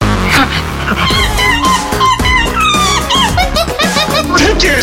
your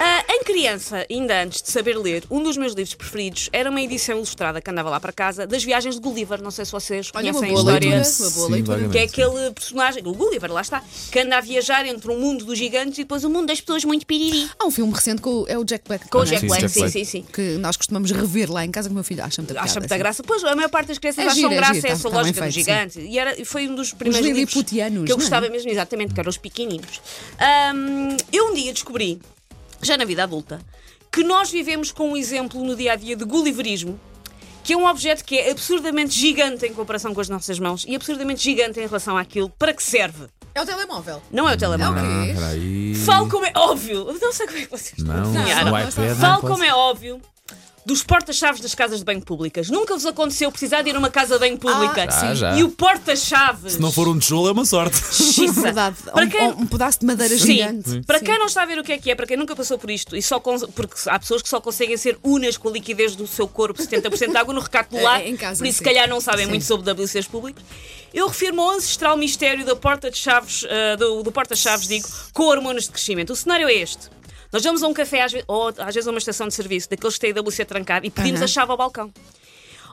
Ah, em criança, ainda antes de saber ler, um dos meus livros preferidos era uma edição ilustrada que andava lá para casa das viagens de Gulliver. Não sei se vocês Olha, uma conhecem boa a história. leitura. Uma boa Sim, leitura. vagamente. Que é aquele personagem, o Gulliver, lá está, que anda a viajar entre o mundo dos gigantes e depois o mundo das pessoas muito piriri. Há um filme recente com o- é o Jack Black. Com o não é? Jack sim, Black, Jack sim, Black. sim, sim. Que nós costumamos rever lá em casa, que o meu filho acha muita piada. Acha muita sim. graça. Pois, a maior parte das crianças É acham giro, é graça giro, a tá- essa tá bem lógica do feito, sim. gigante. E era, e foi um dos primeiros livros que eu liliputianos, não é? gostava mesmo, exatamente, que eram os pequeninos. Ahm, eu um dia descobri, já na vida adulta, que nós vivemos com um exemplo no dia a dia de guliverismo. Que é um objeto que é absurdamente gigante em comparação com as nossas mãos e absurdamente gigante em relação àquilo para que serve. É o telemóvel. Não é o Não, telemóvel. não. Ah, peraí. Falo como é óbvio. Eu não sei como é que vocês estão a Não, desenhar. não, o não, iPad não Falo pode como é óbvio dos porta-chaves das casas de banho públicas. Nunca vos aconteceu precisar de ir a uma casa de banho pública. Ah, Já, sim. já. E o porta-chaves. Se não for um tijolo, é uma sorte. Xiça. Verdade. Para Um- quem... Um, pedaço de madeira Sim. gigante. Para Sim. quem não está a ver o que é que é, para quem nunca passou por isto, e só cons- porque há pessoas que só conseguem ser unas com a liquidez do seu corpo, 70% de água no recato do É, lar, é em casa, por isso se sim. calhar não sabem Sim. muito sobre WCs públicos, eu refiro-me ao ancestral mistério da porta de chaves, ah, do, do porta-chaves, digo, com hormonas de crescimento. O cenário é este. Nós vamos a um café, às ve- ou às vezes a uma estação de serviço, daqueles que têm a WC trancado, e pedimos a Aham. chave ao balcão.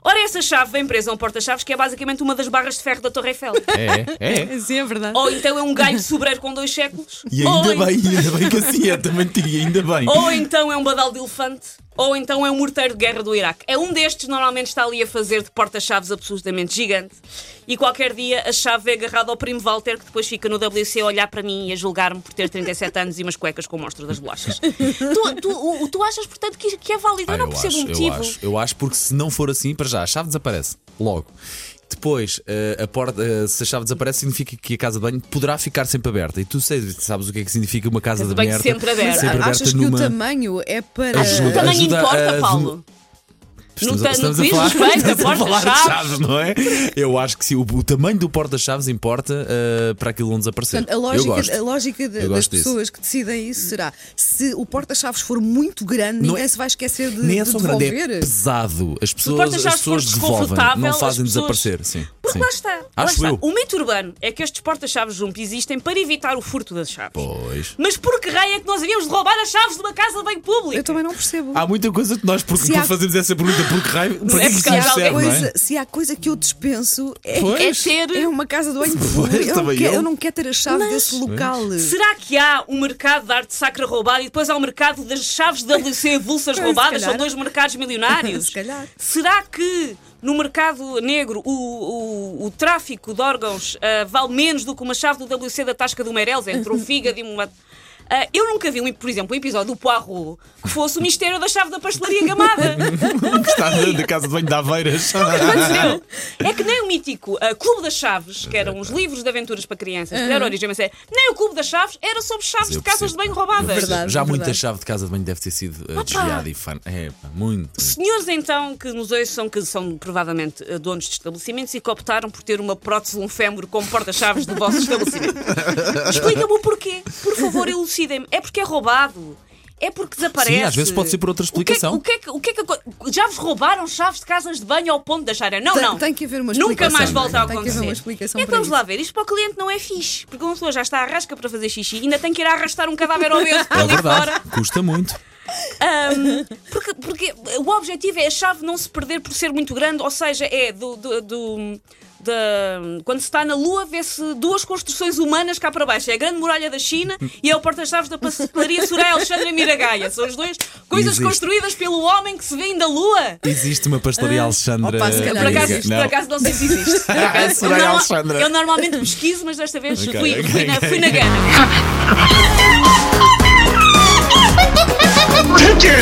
Ora, essa chave vem presa a um porta-chaves que é basicamente uma das barras de ferro da Torre Eiffel. É, é. Sim, é verdade. ou então é um galho de sobreiro com dois séculos. E ou então ainda bem, ainda bem que assim é, também te digo, ainda bem. Ou então é um badal de elefante, ou então é um morteiro de guerra do Iraque. É um destes, normalmente está ali a fazer de porta-chaves absolutamente gigante. E qualquer dia a chave é agarrada ao primo Walter, que depois fica no WC a olhar para mim e a julgar-me por ter 37 anos e umas cuecas com mostras das bolachas. tu, tu, o- tu achas, portanto, que, que é válido? Ah, eu não percebo acho, o motivo. Eu acho, eu acho porque se não for assim, para já, a chave desaparece. Logo. Depois, eh, a porta, eh, se a chave desaparece, significa que a casa de banho poderá ficar sempre aberta. E tu sais- sabes o que é que significa uma casa Casa de de banho banho aberta? sempre aberta. Sempre aberta Ah, Achas que é numa... o tamanho é para. Ajuda. O tamanho Eh, ajuda a importa, demo- Paulo. Estamos, No a- ta- estamos no que a diz falar, respeito a estamos a falar de porta-chaves. chaves, não é? Eu acho que sim, o, o tamanho do porta-chaves importa eh, para aquilo não desaparecer. Portanto, a eu gosto. lógica, a lógica de- Eu das gosto disso. pessoas que decidem isso será: se o porta-chaves for muito grande, Não ninguém é- se vai esquecer de, Nem é de só devolver. grande, é pesado. As pessoas, porta-chaves as pessoas for devolvem, desconfortável, não as fazem pessoas- desaparecer. Sim, Porque sim. lá está. lá Acho está. eu. O mito urbano é que estes porta-chaves juntos existem para evitar o furto das chaves. Pois. Mas por que raio é que nós havíamos de roubar as chaves de uma casa de banho público? Eu também não percebo. Há um muita coisa que nós, porque Se há- quando fazemos essa pergunta, porque raio, para que é é que porque isto há nos serve, não coisa, é? eh, se há coisa que eu dispenso é, Pois. é ter- é uma casa de banho público. Pois, eu, não também quero, eu. eu não quero ter a chave desse local. Será que há um mercado de arte sacra roubada e depois há o mercado das chaves de WC avulsas Pois, roubadas? se São calhar. dois mercados milionários? Se calhar. Será que no mercado negro o, o- o tráfico de órgãos ah, vale menos do que uma chave do WC da Tasca do Meireles entre um fígado e uma. Ah, eu nunca vi, um, por exemplo, um episódio do Poirot que fosse o mistério da chave da pastelaria gamada. Que está na, na casa de banho de Aveiras. aconteceu. É que nem o mítico ah, Clube das Chaves, que eram os livros de aventuras para crianças, que deram origem a uma série, nem o Clube das Chaves era sobre chaves Eu de casas de percebo. banho Eu roubadas. percebo. Verdade, Já verdade. muita chave de casa de banho deve ter sido eh, desviada e fan. É, pá, muito. Senhores, então, que nos são que são provavelmente eh, donos de estabelecimentos e que optaram por ter uma prótese de um fémur como porta-chaves do vosso estabelecimento. Explica-me o porquê. Por favor, elucidem-me. É porque é roubado. É porque desaparece. Sim, às vezes pode ser por outra O que é que- explicação. O que é que, o que, é que aco- Já vos roubaram chaves de casas de banho ao ponto de acharem? Não, Tem- não. tem que um haver uma Nunca mais explicação, é? volta a tem que haver acontecer. uma explicação é que para vamos lá ver. Isto para o cliente não é fixe. Porque uma pessoa já está à rasca para fazer xixi e ainda tem que ir a arrastar um cadáver obeso para É ali fora. verdade, custa muito. Um, porque, porque o objetivo é a chave não se perder por ser muito grande, ou seja, é do. do- do- da- quando se está na Lua, vê-se duas construções humanas cá para baixo. É a Grande Muralha da China e é o porta-chaves da pastelaria Soraya Alexandra Miragaia. São as duas coisas Existe. construídas pelo homem que se vê da Lua. Existe uma pastelaria Alexandra. opa, se calhar Por acaso, Rodrigues. por acaso não sei se existe. Por acaso, Ah, Soraya eu norma- Alexandra. Eu normalmente pesquiso, mas desta vez Ok, fui, ok, fui na, ok. fui na Gana. Take your